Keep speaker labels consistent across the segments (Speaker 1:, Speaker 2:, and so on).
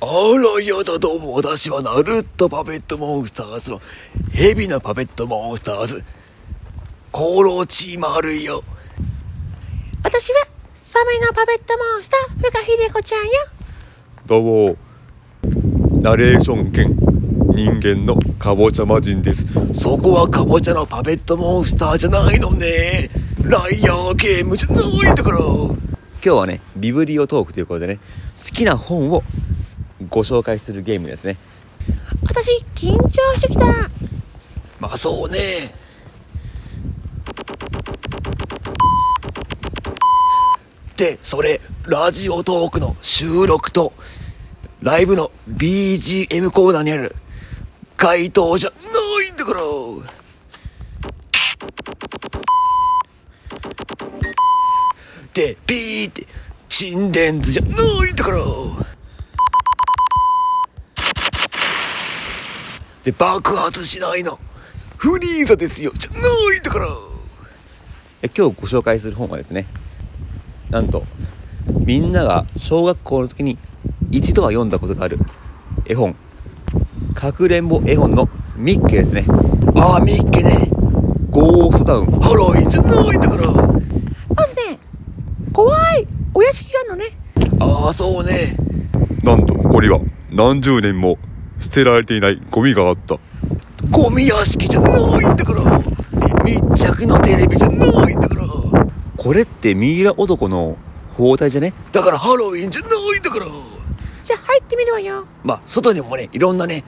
Speaker 1: あらやだどうも私はナルトパペットモンスターズのヘビなパペットモンスターズコロチマルよ
Speaker 2: 私はサメのパペットモンスターフカヒレコちゃんよ
Speaker 3: どうもナレーション兼人間のかぼちゃ魔人です
Speaker 1: そこはカボチャのパペットモンスターじゃないのねライアーゲームじゃないんだから
Speaker 4: 今日はねビブリオトークということでね好きな本をご紹介するゲームですね
Speaker 2: 私緊張してきた
Speaker 1: まあそうねでそれラジオトークの収録とライブの BGM コーナーにある回答じゃないんだからでピーって沈殿図じゃないんだからで爆発しないのフリーザですよじゃないんだから
Speaker 4: え今日ご紹介する本はですねなんとみんなが小学校の時に一度は読んだことがある絵本「かくれんぼ絵本」のミッケですね
Speaker 1: ああミッケね
Speaker 4: ゴーストタウン
Speaker 1: ハロウィンじゃないんだから
Speaker 2: まずね怖いお屋敷があるのね
Speaker 1: ああそうね
Speaker 3: なんとここには何十年も捨てられていないゴミがあった
Speaker 1: ゴミ屋敷じゃないんだから密着のテレビじゃないんだから
Speaker 4: これってミイラ男の包帯じゃね
Speaker 1: だからハロウィンじゃないんだから
Speaker 2: じゃあ入ってみるわよ
Speaker 1: まあ外にもねいろんなね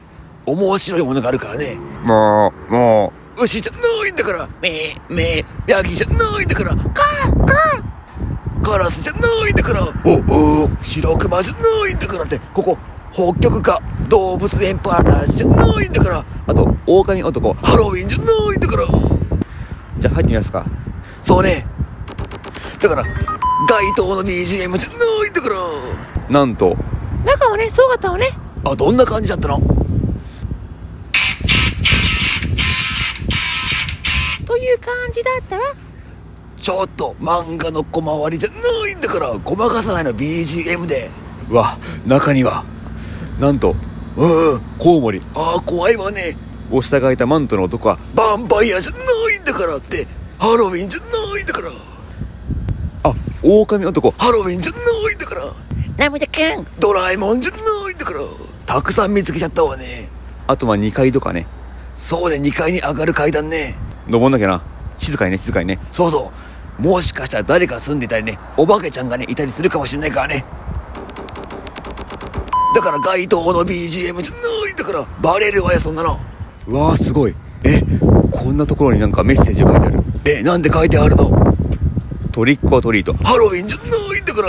Speaker 1: 面白いものがあるからね
Speaker 3: もうも
Speaker 1: 牛じゃないんだからめーめーヤギじゃないんだからカーカーカラスじゃないんだからおお白熊じゃないんだからってここ北極か動物園パラダイスじゃないんだから
Speaker 4: あと狼男
Speaker 1: ハロウィンじゃないんだから
Speaker 4: じゃあ入ってみますか
Speaker 1: そうねだから街頭の BGM じゃないんだから
Speaker 4: なんと
Speaker 2: 中はねすごかったわね
Speaker 1: あどんな感じだったの
Speaker 2: という感じだったわ
Speaker 1: ちょっと漫画の小回りじゃないんだからごまかさないの BGM で
Speaker 4: うわ中にはなんと
Speaker 1: うんうん
Speaker 4: コウモリ
Speaker 1: ああ怖いわね
Speaker 4: を従えたマントの男は
Speaker 1: バンパイアじゃないんだからってハロウィンじゃないんだから
Speaker 4: あ狼男
Speaker 1: ハロウィンじゃないんだから
Speaker 2: 涙くん
Speaker 1: ドラえもんじゃないんだからたくさん見つけちゃったわね
Speaker 4: あとまあ2階とかね
Speaker 1: そうね2階に上がる階段ね
Speaker 4: 登んなきゃな静かにね静かにね
Speaker 1: そうそうもしかしたら誰か住んでたりねお化けちゃんがねいたりするかもしれないからねだから街頭の BGM じゃないんだからバレるわよそんなの
Speaker 4: うわーすごいえこんなところになんかメッセージが書いてある
Speaker 1: えなんで書いてあるの
Speaker 4: トリックはトリート
Speaker 1: ハロウィンじゃないんだから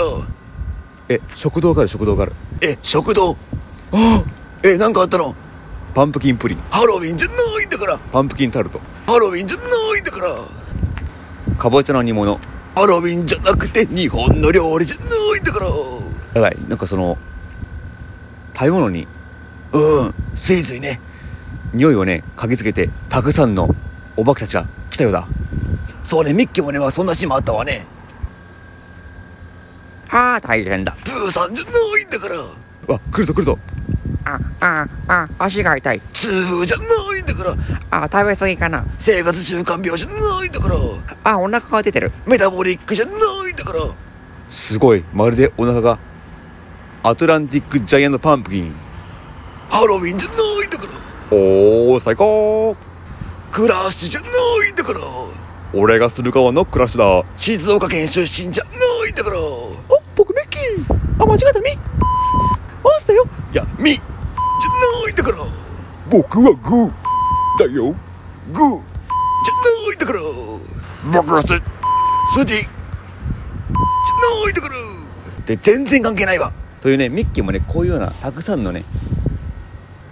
Speaker 4: え食堂がある食堂がある
Speaker 1: え食堂あえなんかあったの
Speaker 4: パンプキンプリン
Speaker 1: ハロウィンじゃないんだから
Speaker 4: パンプキンタルト
Speaker 1: ハロウィンじゃないんだから
Speaker 4: かぼちゃの煮物
Speaker 1: ハロウィンじゃなくて日本の料理じゃないんだから
Speaker 4: やばいなんかその食べ物に
Speaker 1: うんスイスイね
Speaker 4: 匂いをね嗅ぎつけてたくさんのお化けたちが来たようだ
Speaker 1: そうねミッキーもね、まあ、そんなシーンもあったわね
Speaker 4: あー大変だ
Speaker 1: プーさんじゃないんだから
Speaker 4: わ来るぞ来るぞ
Speaker 5: あ、あ、あ、足が痛い。
Speaker 1: 痛風じゃないんだから
Speaker 5: あ、食べ過ぎかな。
Speaker 1: 生活習慣病じゃないんだから
Speaker 5: あ、お腹が出てる。
Speaker 1: メタボリックじゃないんだから
Speaker 4: すごいまるでお腹がアトランティックジャイアントパンプキン
Speaker 1: ハロウィンじゃないんだから
Speaker 3: おー最高
Speaker 1: クラッシュじゃないんだから
Speaker 3: 俺がする側のクラッシュだ
Speaker 1: 静岡県出身じゃないんだからお
Speaker 2: 僕ミッキーあ間違えたミッモンスターよ
Speaker 1: いやみじゃないんだから
Speaker 3: 僕はグーだよ
Speaker 1: グーじゃないんだから
Speaker 5: 僕はす、
Speaker 1: スディじゃないんだからで全然関係ないわ
Speaker 4: というねミッキーもねこういうようなたくさんのね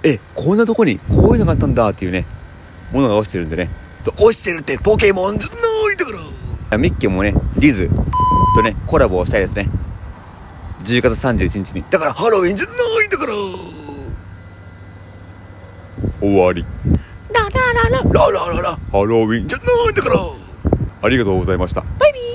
Speaker 4: えこんなとこにこういうのがあったんだっていうねものが落ちてるんでね
Speaker 1: そう落ちてるってポケモンじゃないんだから
Speaker 4: ミッキーもねディズとねコラボをしたいですね10月31日に
Speaker 1: だからハロウィンじゃないんだから
Speaker 3: 終わり
Speaker 2: ララララ
Speaker 1: ララララ
Speaker 3: ハロウィン
Speaker 1: じゃないんだから
Speaker 3: ありがとうございました
Speaker 2: バイビー